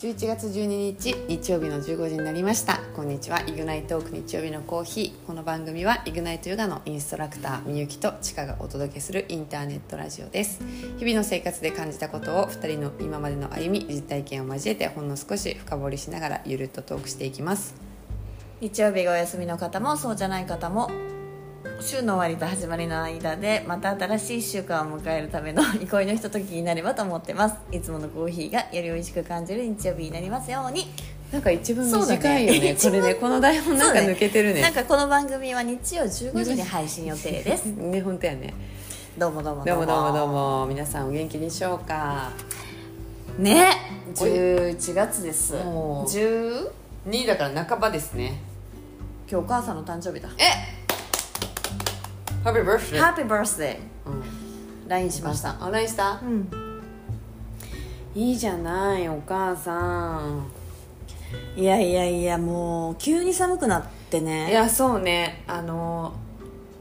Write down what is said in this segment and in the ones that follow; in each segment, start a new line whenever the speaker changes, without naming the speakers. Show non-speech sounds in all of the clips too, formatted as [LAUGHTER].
11月12日日曜日の15時になりましたこんにちはイグナイトーク日曜日のコーヒーこの番組はイグナイトヨガのインストラクターみゆきとちかがお届けするインターネットラジオです日々の生活で感じたことを2人の今までの歩み実体験を交えてほんの少し深掘りしながらゆるっとトークしていきます
日曜日がお休みの方もそうじゃない方も週の終わりと始まりの間でまた新しい1週間を迎えるための憩いのひとときになればと思ってますいつものコーヒーがより美味しく感じる日曜日になりますように
なんか一文
そうだね
短いよねこれ
一文
ねこの台本なんか抜けてるね
なんかこの番組は日曜15時に配信予定です
ね本当やね
[LAUGHS] どうもどうも
どうもどうもどうも皆さんお元気でしょうか
ね11月です
もう
10
2だから半ばですね
今日お母さんの誕生日だ
えハッピーバースデー
ハッピーバースデ
うん
ー LINE しました
あ LINE した
うん
いいじゃないお母さん
いやいやいやもう急に寒くなってね
いやそうねあの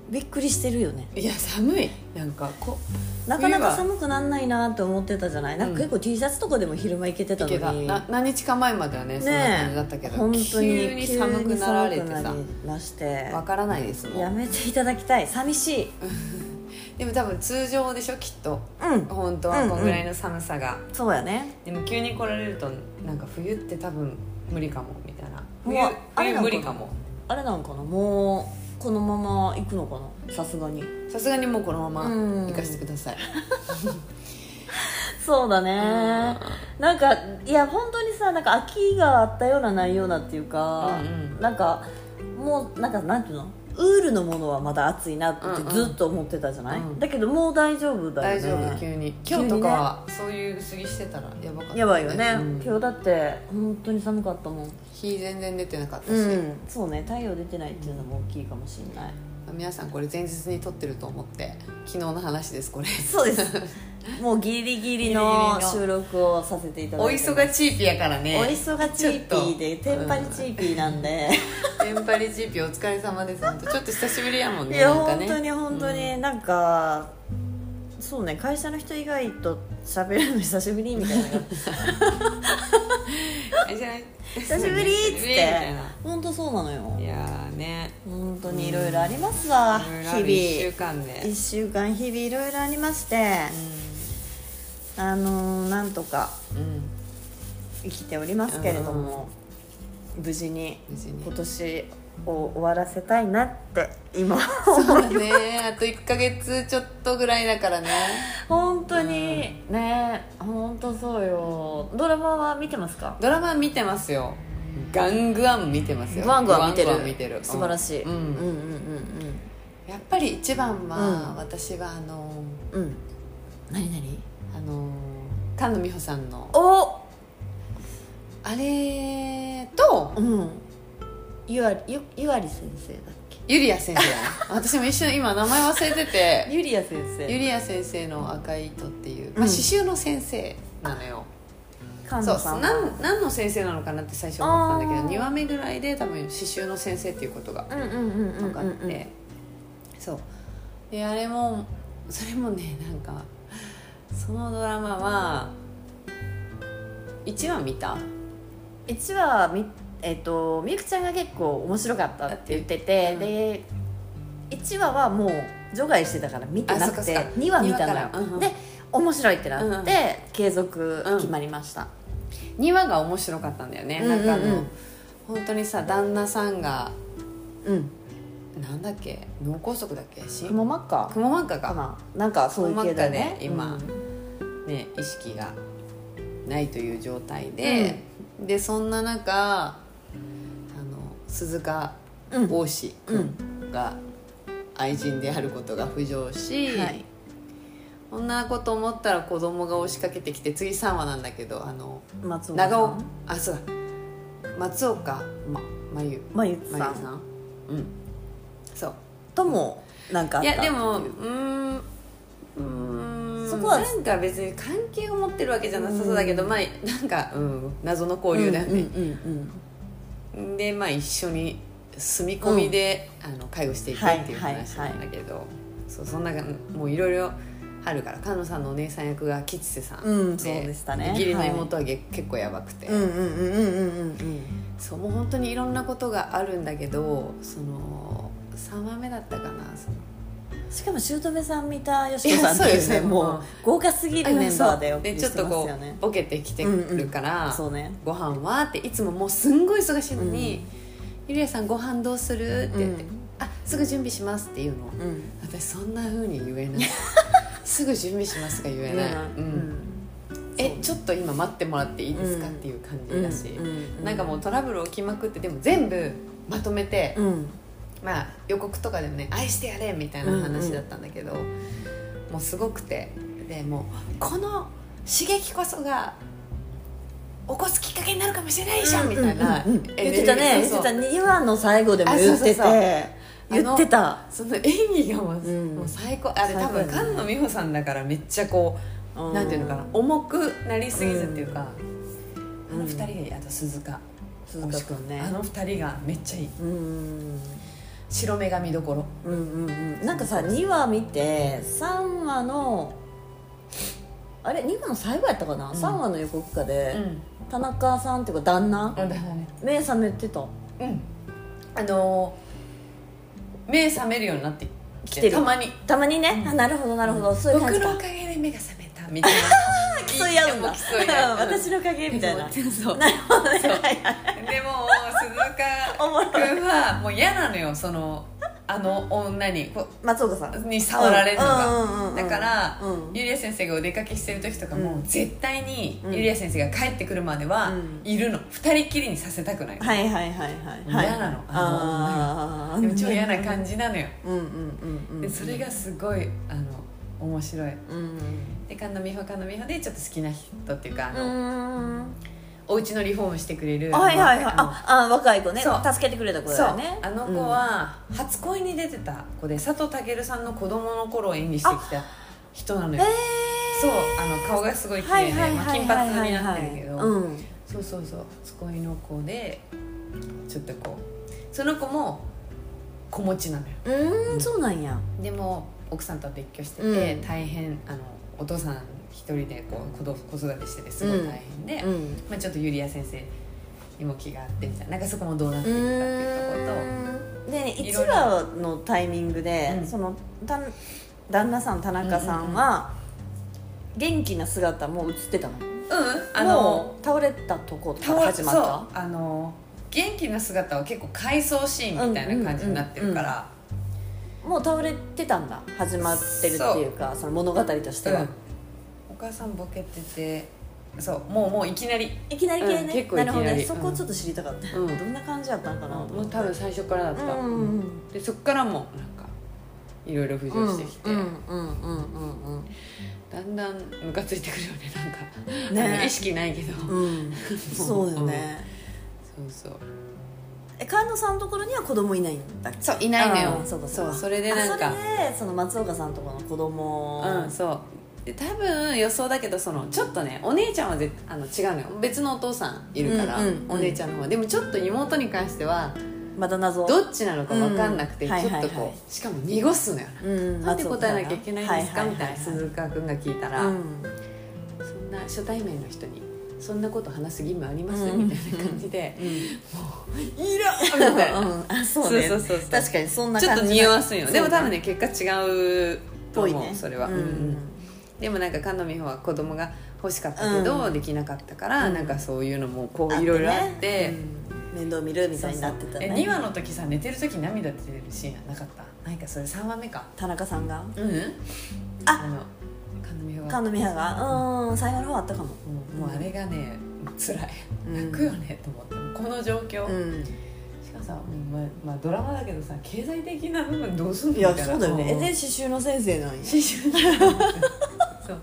びっくりしてるよね
いや寒いなんかこ
なかな
冬は
か寒くなんないなと思ってたじゃないなんか結構 T シャツとかでも昼間行けてた
い
のに、
けたな何日か前まではねそんな感
ね
じだったけど
本当に
急に寒くなられて
急に
さ
寒くなりまして
わからないですも
や
ん
めていただきたい寂しい
でも多分通常でしょきっと
うん
本当はこのぐらいの寒さが、
そうやね
でも急に来られるとなんか冬って多分無理かもみたいな
もうあ
冬
れな
冬
の
無理か
かな
も
あれなんかなもうこのまま行くのかなさすがに
さすがにもうこのま
う
ま
ん
行かせてください、
そうだねなんかいや本当にさなんか秋があったようなないようなっていうか、
うんうん
なんかもうなんかなんていうのウールのものはまだ暑いな
うんう
っ
ん
てずっと思ってたじゃない、
うん
だけどもう大丈夫だよ
大
ね
丈夫急に今日とかはそういう薄着してたらやばかった、
やばいよね、
うん
今日だって本当に寒かったもん、
日全然出てなかったし、
うん、そうね太陽出てないっていうのも大きいかもしれない、
皆さんこれ前日に撮ってると思って昨日の話ですこれ
そうですもうギリギリの
ギリギリ
収録をさせていただ
[LAUGHS]
い
お
て
磯がチーピやから
おい
ね
そがチーピーで
ちょっと
テンパリチーピーなんで、
テンパリチーピお疲れ様です本当ちょっと久しぶりやもんね
いや
なんか
本
ね
当に本当に、なんかそうね会社の人以外と喋るの久しぶりみたいな [LAUGHS]
あれじゃない
久しぶりっつっ
久しぶりみた
て
[LAUGHS] いな
本当そうなのよ
いやーね
本当にいろいろありますわ、
いろいろある一
日
週
々
間で、
1週間日々いろいろありまして、あのーなんとか
うん
[LAUGHS]
うん、
生きておりますけれども、無事に
無事に
今年を終わらせたいなって今
そうだねあと1か月ちょっとぐらいだからね
本当に、ね本当そうよドラマは見てますか
ドラマ見てますよガングワン見てますよ
ワングは見てる
ガングワン見てる
素晴らしい、
うん
うん、うん
やっぱり一番は、
うん
私はあの
うんうんうん何何
あの菅野美穂さんの
お
あれと
うんゆありゆゆあり先生だっけ
ゆりや先生だ
[LAUGHS]
ね私も一瞬今名前忘れてて
ゆりや先
ゆ
生
りや先生の赤い糸っていう、まあ、刺繍の先生なのよ、
菅
そう
野さん
な
は
ん何の先生なのかなって最初思ったんだけど
あー
2話目ぐらいで多分刺繍の先生っていうことが
うんうんうんうんうん
分かって、そうであれもそれもねなんかそのドラマは1話見た
1話み、えっとみゆきちゃんが結構面白かったって言ってて、
うん
で1話はもう除外してたから見てな
あ
く
そってかそっか
2話見たの
二話
よ
からうんうん
で面白いってなって、
うんうん
継続決まりました、
2話が面白かったんだよね、
うんうんうん
なんかあの本当にさ旦那さんが
うん
なんだっけ脳梗塞だっけし
くもまっか
くも膜下
か
が、
ななんかそういう系だよね
くも膜下でね、意識がないという状態で、でそんな中あの鈴鹿
うん、うん
王子君が愛人であることが浮上し、
はい
こんなこと思ったら子供が押しかけてきて次3話なんだけどあの
松岡さ
長尾
ん
あそうだ松岡ま真由
まゆつ
真
さ
由
ん
さんうんそう
ともなんかあっ
い
た
やでもうーんうーん
そこは
なんか別に関係を持ってるわけじゃなさそうだけど、
うん
まあなんか、うん、謎の
交
交流だよね、
うんうんうん
でまあ一緒に住み込みで、あの介護していくっていう話なんだけど、そうそんなもういろいろ春から菅野さんのお姉さん役が吉瀬さんで,、
うんそうでしたね
義理の
はい
妹はげ、結構やばくて、
うんうんうんうんうんうん
そうもう本当にいろんなことがあるんだけどその3話目だったかなその
しかも姑さん見た吉子さんって
いやそう
い
で
う
す
ね
ね
も
う
うん豪華すぎるメンバーでお送
で
り
ちょっ
して
と
ます
こ
よね
うボケてきてくるから、
そうね
ご飯はっていつももうすんごい忙しいのに「ゆりやさんご飯どうする?」って言って「
うん
あすぐ準備します」って言うの、
うん
私そんなふうに言えない
[LAUGHS]
すぐ準備しますが言えない、
う
うん
ん
えちょっと今待ってもらっていいですか、
うん
っていう感じだし、
う
なんかもうトラブル起きまくってでも全部まとめて、
うん
まあ、予告とかでもね「愛してやれ」みたいな話だったんだけど、もうすごくてでもうこの刺激こそが起こすきっかけになるかもしれないじゃん、みたいな、
うんうんうん言ってたね言ってた
ね
2話の最後でも言って
あそうそう
て
そう
言ってた
その演技がもう,、
うん
もう最高あれ多
最
分
高だね
菅野美穂さんだからめっちゃこう、
うん
なんていうのかな重くなりすぎずっていうか、
うん
あの二人があと鈴鹿
鈴鹿君ね
あの二人がめっちゃいい
うん
白目が見どころ
うんうんうんなんかさ2話見て3話のあれ2話の最後やったかな、
ん
三3話の予告かで、
ん
田中さんっていうか旦那、
だね
目覚めてた
うんあのー目覚めるようになってき
来
て
てる
たまに
たまにね、あなるほどなるほど、そういう感じ
僕
か
のおかげで目が覚めたみたいな
[LAUGHS] 競い合うんだ
いやもう競い合う
私のおかげみたいな
そうそう
なるほどね
そう
はいはい
でも鈴
おもろ
鹿君はもう嫌なのよそのあの女にこ
松岡さん
に触られるのが、
うんうんうんうん
だから、
うん
ゆりや先生がお出かけしてる時とか
う
も、
ん
絶対に
うん
ゆりや先生が帰ってくるまでは、
うん
いるの二人きりにさせたくない、
はいはいはいはいはい
嫌なの
あ
でも超嫌な
じ
感じなのよ、
うんうんうんうん
でそれがすごいあの面白い
うん
で神田美穂神田美穂でちょっと好きな人っていうかあの、
うーん
お家のリフォームしてくれる
はいはいはい
あの
ああ若い子ね
そう
助けてくれた子
そ
だ
う
よね
あの子は初恋に出てた子で佐藤健さんの子供の頃を演技してきた人なの
うん
よ
へえ
そうあの顔がすごい綺
は
麗
い
で、
はい
まあ
はい
金
は
髪
いはい
になっ
は
てる
い
けど、
うん
そうそうそう初恋の子でちょっとこうその子も子持ちなのよ
うーんそうなんや
でも奥さんとは別居してて、
うん
大変あのお父さん一人でこう子ど子育てしててすごい大変で、
うん
まあ、ちょっとゆりや先生にも気があってみたいななんかそこもどうなっ
う
ていくかっていうとこ
ーんでね
い
1
ろいろ
話のタイミングで、
うん
そのたん旦那さん田中さんは、元気な姿も映ってたの
とうんあ
も
の
う倒れたとことか
倒
ら
れ
始まった
そうあの元気な姿は結構回想シーンみたいな感じになってるから、
もう倒れてたんだ始まってるっていうかその物語としては、
お母さんボケててそうもうもういきなり
いきなり系ね、
うん結構
ない
きなり
るほどね、
うん
そこをちょっと知りたかった、
うん
どんな感じだったのかなと
も
思っ
う
て
多分最初からだった、
うんうんうん
でそっからもなんかいろいろ浮上してきて、
うんうんうんうん
だんだんムカついてくるよねなんか、
ね
あの意識ないけど、
うんうんそうよね、
そうそう
え菅野さんのところには子供いないんだっけ
そういないのよ
あーそうか
そう
か
それでなんか
あそれでその松岡さんとこの子供
うんそうで多分予想だけどそのちょっとねお姉ちゃんはぜあの違うのよ別のお父さんいるから、
うんうんうん
お姉ちゃんの方はでもちょっと妹に関しては
まだ謎
どっちなのか分かんなくて、
うんはい
ちょ
はいは
っ
い
とこう、しかも濁すのよ
うん
なんで答えなきゃいけないんですか、
はい
みたいな
はは
鈴鹿君が聞いたら、
は
そんな初対面の人にそんなこと話す義務あります、
うん
みたいな感じで
いうん
「いらん!」みたいな、
[LAUGHS] うんあそうね
そうそうそうそう
確かにそんな
ちょ
感
っ
じ
と匂わすんよ、
そう
でも多分ね結果違う
っ
と
ぽい
思う、
ね
それは、
うん
うんうんでもなんか菅野美穂は子供が欲しかったけど、
うん
できなかったから、
うん
なんかそういうのもこ
あ
う
ね
いろいろあって
うん面倒見るみたいになってた
え
ね
2話の時さ寝てる時涙出てるシーンはなかったなんかそれ3話目か
田中さんが
うん
あ
あの神野美穂
菅
が
野美穂がうん最後の方あったかも
うんもうあれがね辛い
う
泣
ん
くよねと思って、この状況、
うん
しかもさ、ままあ、ドラマだけどさ経済的な部分どうすんの
い
みた
や
いな
そうだよねえ
ん
で刺繍の先生なんや
刺繍のそう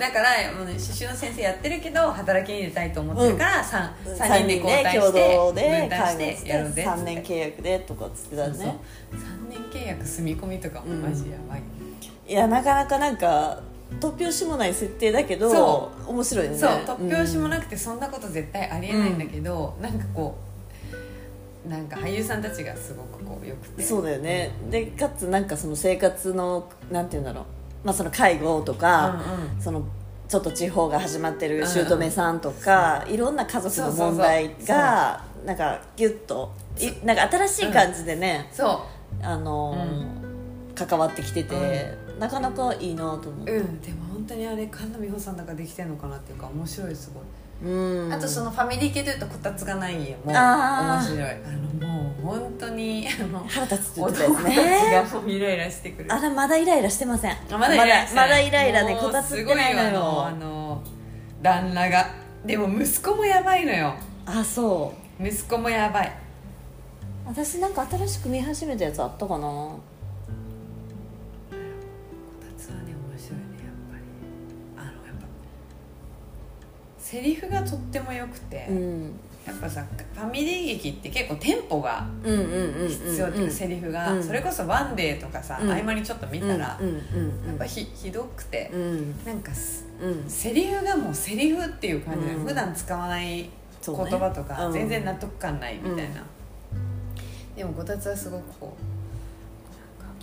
だからもう、ね、刺繍の先生やってるけど働きに出たいと思ってるから、三
うん
三人で交代
三人
し
で
て
共同で
分
会
担
議
し
してて
やろうぜっつって
3年契約でとかっつって
そ
た
う
ね
そう三年契約住み込みとかも
うん
マジやばい、
いやなかなかなんか突拍子もない設定だけど
そ
面白いよね
そう突拍子も
ない、
なくてそんなこと絶対ありえないんだけど、なんかこうなんか俳優さんたちがすごくこうよく
う
て
んそうだよねでかつなんかその生活のなんて言うんだろうまあ、その介護とか、そのちょっと地方が始まってる姑さんとか、いろんな家族の問題
そうそう
がなんかギュッといなんか新しい感じでね、
そ
あのー関わってきてて、なかなかいいなと思っ
う
て、
うんでも本当にあれ神田美穂さんだからできてんのかなっていうか面白いすごい
うん
あとそのファミリー系でいうとこたつがない家も面
あー
白いあのもう本当にあの
腹立つって言
男
って
た
た
ち
やつね
がもうイライラしてくる
[LAUGHS] あらまだイライラしてません
あまだイライラして
ま
ない
だイライラね
もう
こたつってないの
すごいわあ
よ
の旦那がでも息子もやばいのよ
あそう
息子もやばい
私なんか新しく見始めたやつあったかな
こたつはね面白いねやっぱりあのやっぱセリフがとってもよくて、
うん
やっぱさファミリー劇って結構テンポが
うんうんうん
必要っていうかセリフが、
うん
それこそ「ワンデー」とかさ、
うん
合間にちょっと見たら、
うんうんうん
やっぱひひどくて、
うん
なんかす
うん
セリフがもうセリフっていう感じで、
うん
普段使わない
そ
言
うね
葉とか、
うん
全然納得感ないみたいな、でもこたつはすごくこうなんか、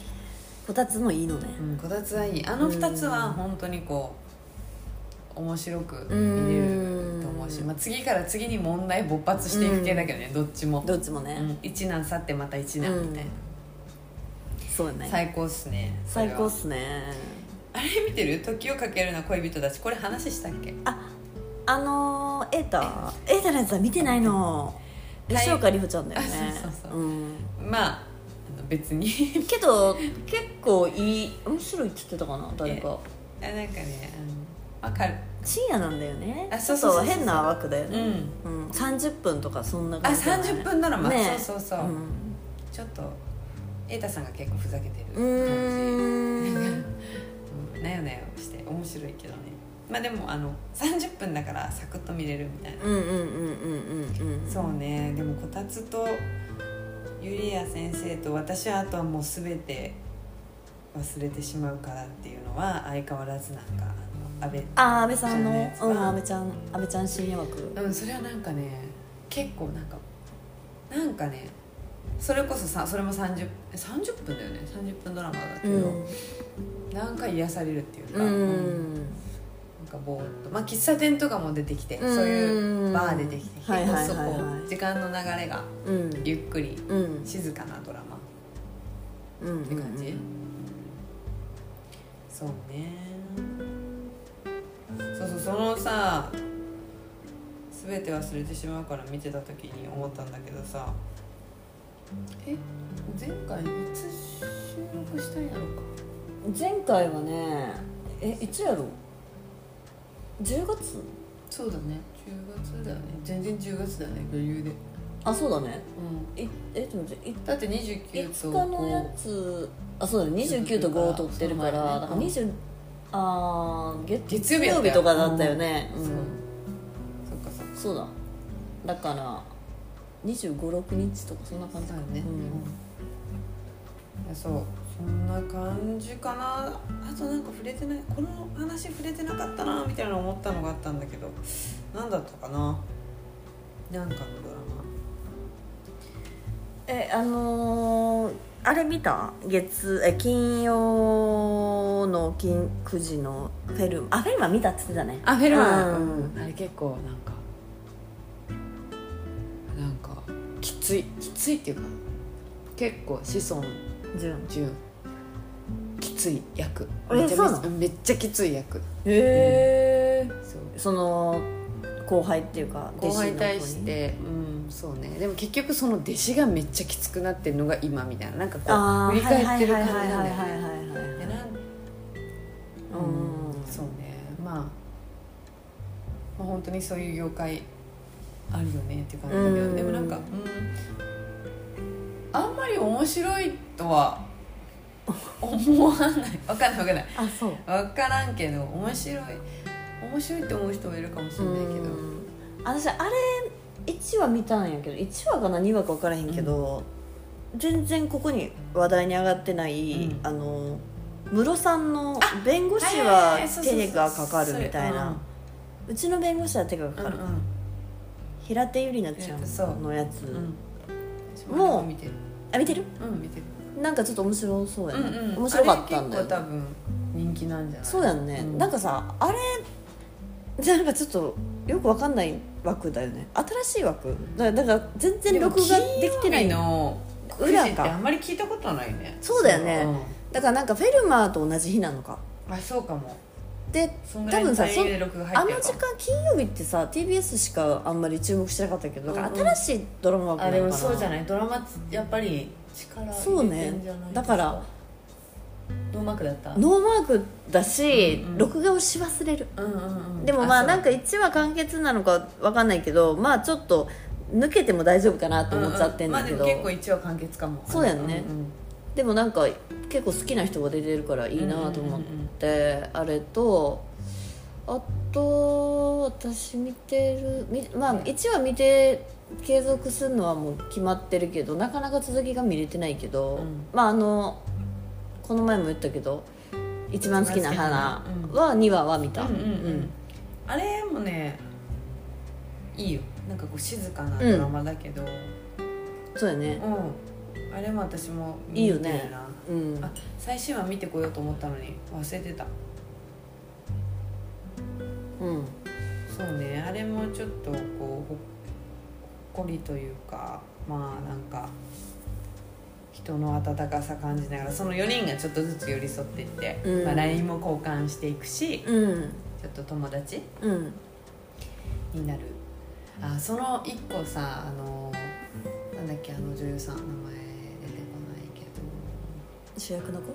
こたつもいいのね
うん、こたつはいいあの2つは本当にこう面白く見れると思うし、
うん
まあ、次から次に問題勃発していく系だけどね、どっちも、
どっちもね、
うん、一難去ってまた一難みたいな、
そうね
最高っすねそれ
最
は
高っすね
あれ見てる「時をかけるな恋人たち」これ話したっけ
あのー、エータエータのやつは見てないの
はい
吉岡里帆ちゃんだよね、
あそうそうそうんまああの別に
けど結構いい面白いって言ってたかな誰か
[LAUGHS] あなんかねあのわかる
深夜なんだよね
あそうそうそうそう
ちょっと変な枠だよ
う
ね、
ん
うん30分とかそんな
あ
感じだよね
30分ドラマ、
ね
そうそうそう、
う
ちょっと瑛太さんが結構ふざけてる感じ [LAUGHS]
んうーん
うんなよなよして面白いけどねまあでもあの30分だからサクッと見れるみたいな、
うんうんうんうんうんうん
そうねでもこたつとゆりや先生と私はあとはもう全て忘れてしまうからっていうのは相変わらずなんかあの安倍
あー安倍さんの
じゃあね
うん安倍ちゃん安倍ちゃん深夜枠
うんそれはなんかね結構なんかなんかねそれこそさそれも 30, 30分だよね30分ドラマだけ
う
ど、
ん
なんか癒されるっていうか、
う
うん
ん
なんかぼーっとまあ喫茶店とかも出てきて、
うん
そういうバー出てきて、
はいはいはいはい
結構そこ時間の流れが
うん
ゆっくり
うん
静かなドラマ
うん
って感じ、そうねそうそうそのさ全て忘れてしまうから見てた時に思ったんだけどさえ前回いつ収録したんやろか
前回はねえいつやろ10月
そうだね10月だよね全然10月だね余裕で、
あそうだね
うん、
いえちょっと待ってい
だって29
5
と
日のやつあそうだね29と5を取ってるから
そうだね
だから20あー月
月曜日やったよ
とかだったよね
う
うんん、
そっかそっか
そうだだから256日とかそんな感じ
そ
か
うだね、
うん
いやそうそんな感じかなあとなんか触れてないこの話触れてなかったなみたいな思ったのがあったんだけど何だったかななんかのドラ
えあのーあれ見た月え金曜の金9時のフェルマあフェルマ見たっつってたね
マあフェ
ルマうん
あれ結構なんかなんかきついきついっていうか結構子孫
純
純きつい役
え
めちゃめ
そうな
ちゃめっちゃきつい役
へえ
そう
その後輩っていうか
後輩に対
弟子
し
の子
てうんそうねでも結局その弟子がめっちゃきつくなってるのが今みたいななんか
あ
こう
あ
振り返ってる感じなんだよ
はいはい
ね
はいはいはいはい
でなんう
う
ん
ん
そうねまあまあ本当にそういう業界あるよねっていう感じだけ
う
ど
ん
でもなんかうんあんまり面白いとは思わないわかんないわかんない
あそう
わからんけど面白い面白いって思う人もいるかもしれないけど
私あれ1話見たんやけど1話かな2話か分からへんけど、全然ここに話題に上がってない、
うん
あのムロさんの弁護士
はいは
はい
はいそうそうそう
手がかかるみたい
それ
なうちの弁護士は手がかかる、平手友梨奈ちゃ
えっとそうん
のやつ、
うん、
もう
見てる
あ見てる
うん見てる
なんかちょっと面白そうやね、面白かったんだ
あれ結
よ、
構多分
う
人気なんじゃない
そうやんね、
うん
なんかさあれ [LAUGHS] なんかちょっとよくわかんない枠だよね新しい枠だだから全然録画できてない
でも金曜日の9
裏
時って
が
あんまり聞いたことないね
そうだよね
う
だからなんかフェルマーと同じ日なのか
んあそうかも
で
そんぐらい
多分
の
さ
タイミングで録画
あ
入っ
の
てるか
時間金曜日ってさ TBS しかあんまり注目してなかったけどだから
うんうん
新しいドラマ枠な
あ
の
で
かな
もそうじゃないドラマつやっぱり力入
そう
れて
ね
んじゃないです
だから
ノーマークだった
ノーマークだし、
うんうん
録画をし忘れる
うんうんうん
でもまあ
そう
なんか1話完結なのかわかんないけどまあちょっと抜けても大丈夫かなと思っちゃってんだけど、
ううまあ、でも結構一応完結かも
そうやんねでもなんか結構好きな人が出てるからいいなと思って、あれとあと私見てるみまあ1話見て継続するのはもう決まってるけどなかなか続きが見れてないけど、
うん
まああのこの前も言ったけど一番好きな花
一番好きな
は2話は見た
うんうんうんうんあれもねいいよなんかこう静かなドラマだけど、う
うんそうやね
んあれも私も
いいよ
見て
ね
るな
うん
あ最新話見てこようと思ったのに忘れてた
うん
そうねあれもちょっとこうほほっこりというかまあなんか人の温かさ感じながらその4人がちょっとずつ寄り添っていって、
うん
まあ、LINE も交換していくし
うん
ちょっと友達
うん
になるあその一個さあのなんだっけあの女優さん名前出てこないけど
主役の子
ちょ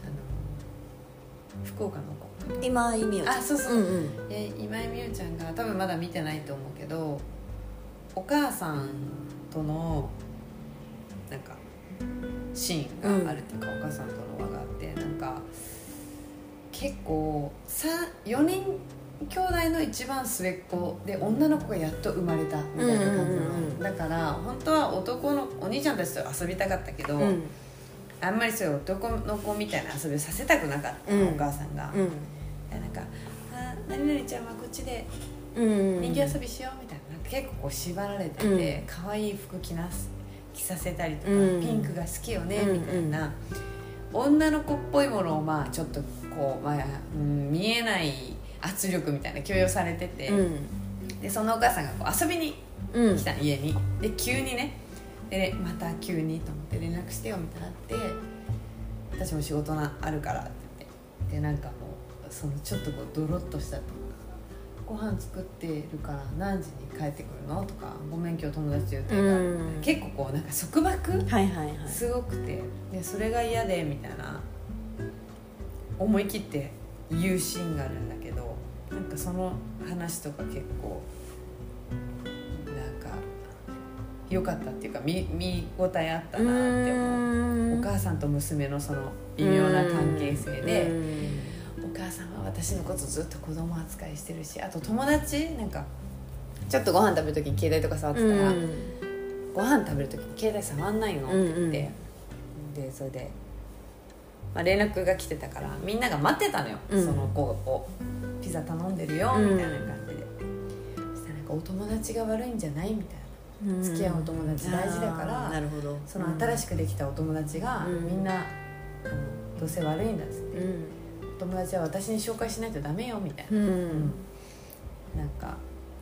あの福岡の子
今意味を
あそうそう、
うんうん
え今井美桜ちゃんが多分まだ見てないと思うけどお母さんとのなんかシーンがあるっていうか、お母さんとの輪があってなんか結構さ4人兄弟の一番末っ子で女の子がやっと生まれたみたいな感じなの、
うんうんうんうん
だから本当は男のお兄ちゃんたちと遊びたかったけど、
うん
あんまりそういう男の子みたいな遊びをさせたくなかった、
うん
お母さんが。
うん
なんかあ「何々ちゃんはこっちで
うん
人形遊びしよう」みたいななんか結構こう縛られてて、可愛い服着なす着させたりとか、
うん
ピンクが好きよね、
うん
みたいな女の子っぽいものをまあちょっとこう、まあうん、見えない圧力みたいな強要されてて、でそのお母さんがこう遊びに
うんうん
来たの家にで急にねでねまた急にと思って連絡してよみたいになって私も仕事なあるからって言ってでなんかもうそのちょっとこうドロッとしたとかご飯作ってるから何時に帰ってくるのとかごめん今日友達と予定があるみたいな
うん
結構こうなんか束縛
はいはいはい
すごくてでそれが嫌でみたいな思い切って言うシーンがあるんだけどなんかその話とか結構なんか良かったっていうか見見応えあったなって思うお母さんと娘のその微妙な関係性でお母さんは私のことずっと子供扱いしてるしあと友達なんかちょっとご飯食べる時に携帯とか触ってたら、ご飯食べる時に携帯触んないのって言って、でそれで、まあ、連絡が来てたからみんなが待ってたのよ、
うん
その子がこうピザ頼んでるよ
うん
みたいな感じで、そしたらなんかお友達が悪いんじゃないみたいな付き合うお友達大事だから
なるほど
その新しくできたお友達が、
うん
みんなあのどうせ悪いんだっつって、
うん
お友達は私に紹介しないとダメよみたいな、
うん
なんか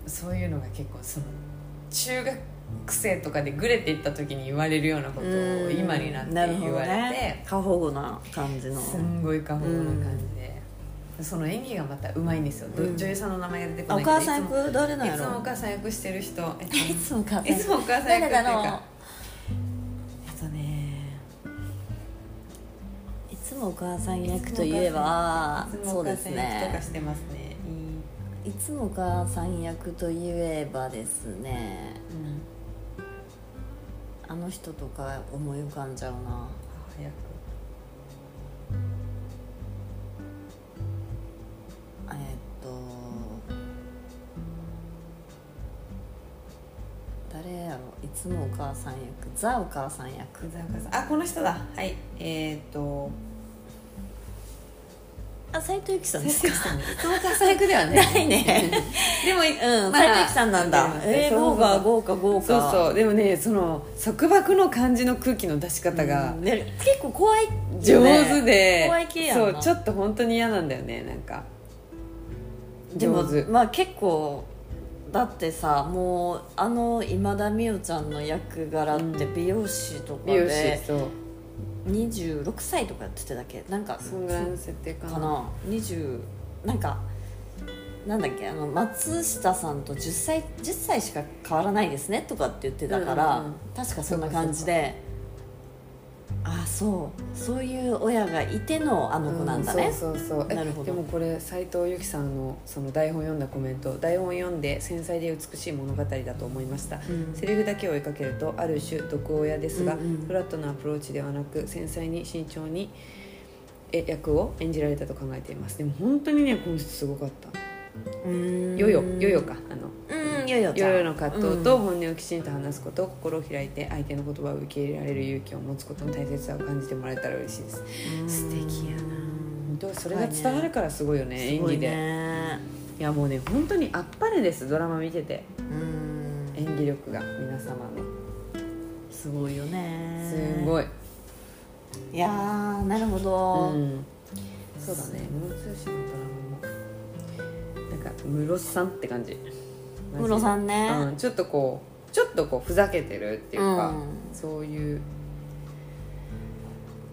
そういうのが結構その中学生とかでグレていった時に言われるようなことを今になって言われて、
過保護な感じの
すんごい過保護な感じで、その演技がまたうまいんですよ、ど
うん
女優さんの名前が出てこ
あ
ない
お
けど
母さん役誰なん
い
や
つもいつもお
ろ
母さん役してる人えっと
い [LAUGHS] つもお母さん
いつもお母さん役っ
誰
ていう
だろ
かえっとね
ういつもお母さん役といえば
いつも
そ
お母
うで
さ
す
ん役とか
ね
してますね
いつもお母さん役といえばですね
うん
あの人とか思い浮かんじゃうな
母役
えーっと誰やろいつもお母さん役ザお母さん役 [LAUGHS]
久沢かさんあこの人だはいえっと
あ斉藤由貴さんです
斉
か
藤さんですそうか最悪ではね
ない
[LAUGHS]
ねでも、うん、
まあ
斉藤由貴さんなんだ
そう
えー、
そ
豪
うそう
華豪華豪華
そうそうでもねその束縛の感じの空気の出し方が
うんね結構怖いよね
上手で、
怖い系やん
そ
な
うちょっと本当に嫌なんだよねなんか
でも
上手
まあ結構だってさもうあの今田美桜ちゃんの役柄って美容師とか
美容師
で
そう
26歳とかやってただっけなんか
そんぐらいの設定かな
かな20なんかなんだっけあの松下さんと10歳 ,10 歳しか変わらないですねとかって言ってたから、
うんうんうん
確かそんな感じでああそうそういう親がいてのあの子なんだね、
うそうそうそうえ
なるほど
でもこれ斎藤由貴さんのその台本読んだコメント台本読んで繊細で美しい物語だと思いました
うん
セリフだけを追いかけるとある種毒親ですが、
うんうん
フラットなアプローチではなく繊細に慎重にえ役を演じられたと考えていますでも本当にねこの人すごかった
うーん
ヨヨヨヨかあの
うんヨヨちゃ
ヨ
ん
ヨの葛藤と本音をきちんと話すこと、心を開いて相手の言葉を受け入れられる勇気を持つことの大切さを感じてもらえたら嬉しいです
うん
素敵やな本当それが
すごいね
伝わるからすごいよね
す
演
ごい
技で、
ね
いやもうね本当にあっぱれですドラマ見てて
うん
演技力が皆様の
すごいよね
すご
い
い、
いやーなるほど、
うん、そうだね室津氏のドラマもなんか室さんって感じ
ムロさんね、
うん、ちょっとこうちょっとこうふざけてるっていうか、
うん
そういう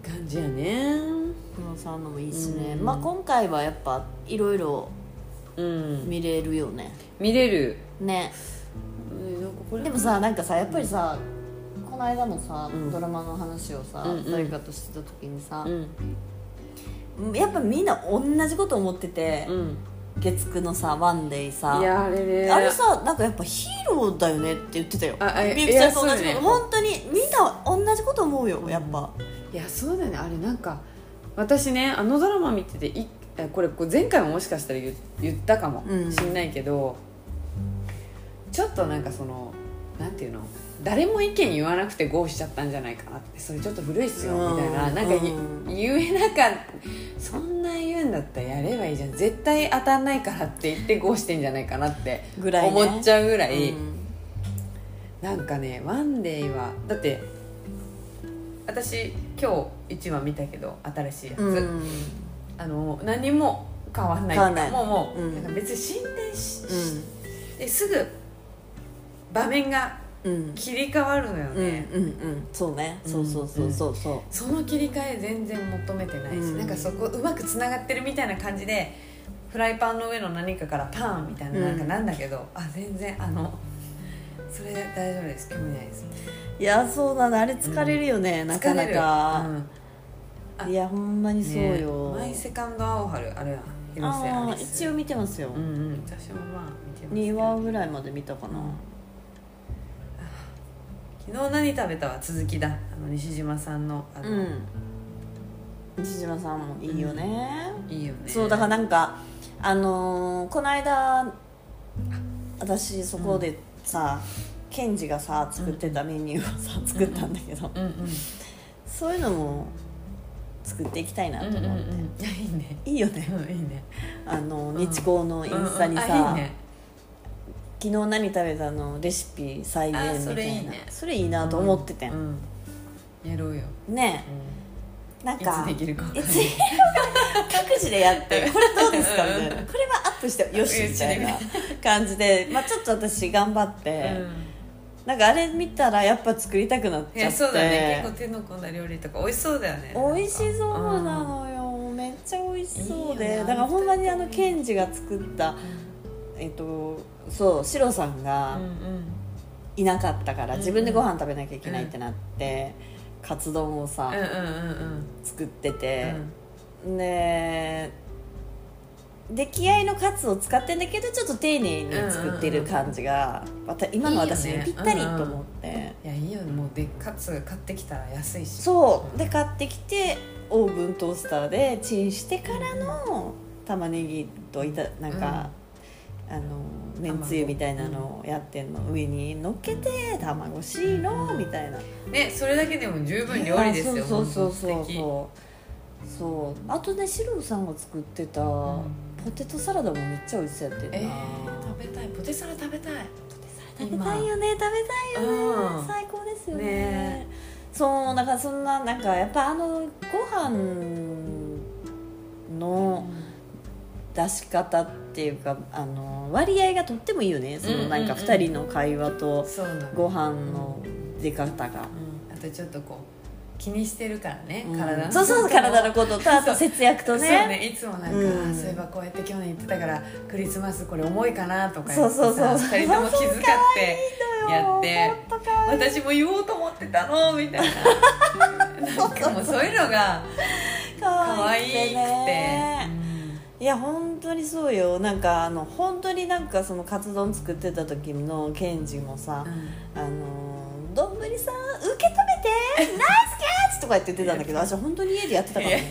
感じやね
ムロさんのもいいしね、
うん
まあ今回はやっぱいろいろ
うん
見れるよね
見れる、
ね
うん、なんかこれ
でもさなんかさやっぱりさこの間のさ、
うん
ドラマの話をさ、
うんうん
誰かとしてた時にさ
う、ん
やっぱみんな同じこと思ってて、
うん
月9のさ「ワンデイさ
いやあれね
あれさなんかやっぱヒーローだよねって言ってたよ
ああ
みゆきちゃんと
いやそう
同じこ
だ
と
ね
本当にみんな同じこと思うよやっぱ
いやそうだよねあれなんか私ねあのドラマ見てていえこれこう前回ももしかしたら言言ったかも
うん
しんないけど、ちょっとなんかそのなんていうの誰も意見言わなくて合しちゃったんじゃないかなってそれちょっと古いっすよみたいな、
うん
なんかい、
うん
言えなかったそんな言うんだったらやればいいじゃん絶対当たんないからって言って合してんじゃないかなって
ぐらいね
思っちゃうぐらい、
うん
なんかね「ワンデイはだって私今日1話見たけど新しいやつ、
うん
あの何も変わんない
変わんない
もうもう、
うん
なんか別に進展し、ですぐ場面が
うんうん
切り替わるのよ
うん
ね、
うんうんそうねそうそうそうそうそ
その切り替え全然求めてないし、
うん
なんかそこうまくつながってるみたいな感じでフライパンの上の何かからパンみたいななんか
うん
なんだけど、あ全然あのそれ大丈夫です興味ないです
ういやそうだねあれ疲れるよねなかな
疲れる
か
うんうん
いやほんまにそう
ね
よ
マイセカンドアオハルあれは広瀬ア
ああ
リス
一応見てますよ
うんうん私もまあ見てますけ
2
ど
話ぐらいまで見たかな
昨日何食べたは続きだあの西島さんのあの、
うん西島さんもいいよね
いいよね
そうだからなんかあのーこの間私そこでさ、ケンジがさ作ってたメニューをさ作ったんだけど、
うんうん
そういうのも作っていきたいなと思っ
う
て、
んうんうんいやいいね
いいよね
うんいいね
あの
ん
日光のインスタにさ、
うんうんあいいね
昨日何食べたのレシピ再現みたいな
あ
そ
そ
れ
れ
い
い
い
い,、ね
なと思ってて、
うんやろうよ、
ね
う
なん
ん、いつ
か
できるかわかんない
いつ各自でや
[LAUGHS]
ってこれどうですかみたいなこれはアップしてよしみたいな感じで、まあ、ちょっと私頑張って、
うん
なんかあれ見たらやっぱ作りたくなっちゃって
いやそうだね結構手の込んだ料理とか美味しそうだよね
美味しそうなのよめっちゃ美味しそうで
いいよね
だからほんまにあのケンジが作ったえっとそうシロさん
う
が
んうん
いなかったから、
うん
自分でご飯食べなきゃいけないってなって、カツ丼を
う
さ、
んうんうん
作ってて
う、ん
で出来合いのカツを使ってんだけどちょっと丁寧に作ってる感じが、また今の私にぴったりと思って。
いやいいよねもうでかつ買ってきたら安いし
そうで買ってきてオーブントースターでチンしてからの玉ねぎといたなんか、あのめんつゆみたいなのをやってんの上に乗っけて卵しいのみたいな
ねそれだけでも十分料理ですよ
そうそうそうそう
本
そうそうあとねシロさんが作ってたポテトサラダもめっちゃ美味しそうやってんな、
えー、食べたいポテサラ食べたい
食べたいよね食べたいよね、
うん
最高ですよね
ね
そうだからそんななんかやっぱあのご飯の出し方っていうかあの割合がとってもいいよねそ
うんうん
の
うん
なんか2人の会話と
そうなの
ご飯の出方が、
うんあとちょっとこう気にしてるからね、
うん
体の
そうそう体の
こ [LAUGHS]
こととあと節約と
とね
ね
そうねいつもなんか、
うん
あそういえばこうやって去年言ってたからクリスマスこれ重いかなとか言
そ
っ
う
て
そうそう
さ二人とも気遣ってやって
本当か
私も言おうと思ってたのみたいななんかもうそういうのが可
可
愛
愛
い
い
く
て
て
ねいや本当にそうよなんかあの本当になんかそのカツ丼作ってた時のケンジもさ
うん
「あの丼さん受け止めてナイスキャッチ!」とか言って言ってたんだけど私本当に家でやってたからね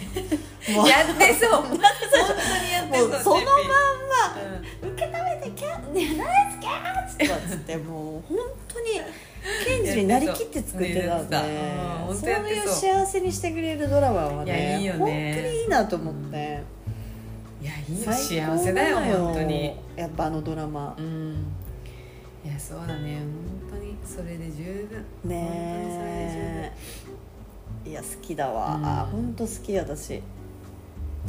もう
やって
[LAUGHS]
そう本当にやってそう
もうそのまん
ま、うん
受け止めてキャッ、ね、ナイスキャッチ!」とかっつってもう本当にケンジになりきって作ってたんで
やってたうん本
そ
当
う
やって
い
そう
う幸せにしてくれるドラマはい
や
ね
いいよね
本当にいいなと思って
いやいいよ
最高
幸せだよ
なの
本当に
やっぱあのドラマ
うんいやそうだね本当にそれで十分本当にそれで十分
ねえいや好きだわ、
うん
あ本当好き私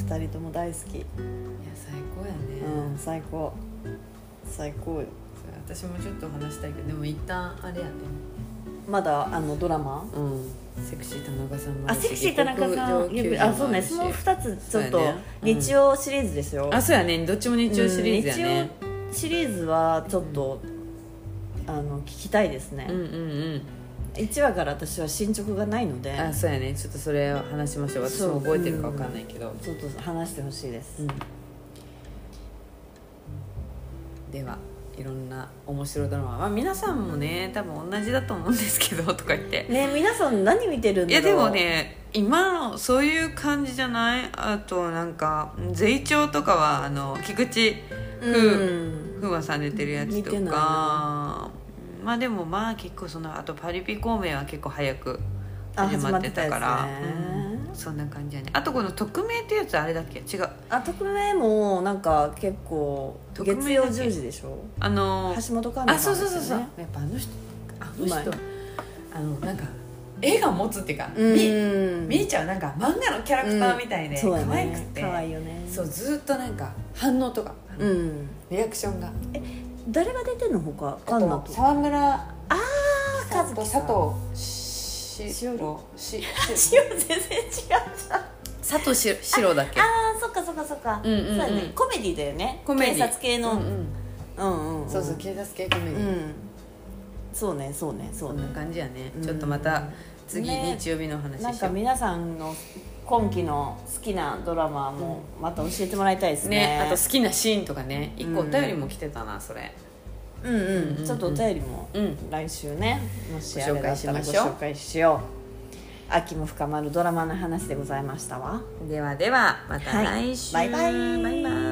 2人とも大好き
いや最高やね、
うん最高最高よ
それ私もちょっと話したいけどでも一旦あれやね
まだあのドラマ
うんセクシー田中さんも
あセクシー田中さん指あそうねその2つちょっと
そうやねうん
日曜シリーズですよ、
あそうやねどっちも日曜シリーズやね、
うん日曜シリーズはちょっと、あの聞きたいですね、
うん、うんうん
1話から私は進捗がないので
あそうやねちょっとそれを話しましょう私
そう
も覚えてるかわかんないけど、
ちょっと話してほしいです、
ではいろんな面白いドラマ、まあ、皆さんもね多分同じだと思うんですけどとか言って
ね皆さん何見てるん
い
だろ
や
う
でもね今のそういう感じじゃないあとなんか「税調」とかはあの菊池
うん
風磨さん出てるやつと
見てない
かまあでもまあ結構そのあと「パリピ孔明」は結構早く
あ
始まってたから
始まってたやつね
うんそんな感じやねあとこの「匿名」ってやつあれだっけ違う
あ特命もなんか結構
匿名だっ
月
け
曜10時でしょ
あの
橋本環奈さん
あそうそうそうそう
ですよね
やっぱあの人あの
うまい
人あのなんか絵が持つっていうか、み
うん
みーちゃんはなんか漫画のキャラクターみたいで、
そうだ
可愛く
ね
て
可愛いよね
そうずっとなんか反応とか、
うん
リアクションが
誰が出てんのほか
あ
カンナ
と
と
沢村
和
と
樹
佐
さん
藤し
しおろ
し
塩
[LAUGHS]
全然違うじゃんあ
佐藤ししろだっけ
ーそっかそっかそっか
うんうんうん
そうだねコメディだよね
コメディ
警察系の
うん
うんうんん
そうそう警察系コメディ、
うんそうねそうねそ
こ
うん
な
ね
感じやね、
うん
ちょっとまた次
ね
日曜日のお話し
なん
しよ
か
う、
皆さんの今期の好きなドラマもまた教えてもらいたいですね
ね、あと好きなシーンとかね一個お
うん
便りも来てたな、それ
うんうん、
うん
ちょっとお便りも
うん
来週ねもしあれだったら
ご紹介しまし
ご
ょう
紹介しよう秋も深まるドラマの話でございましたわ
ではではまた
はい
来週、
バイバイ
バイバイ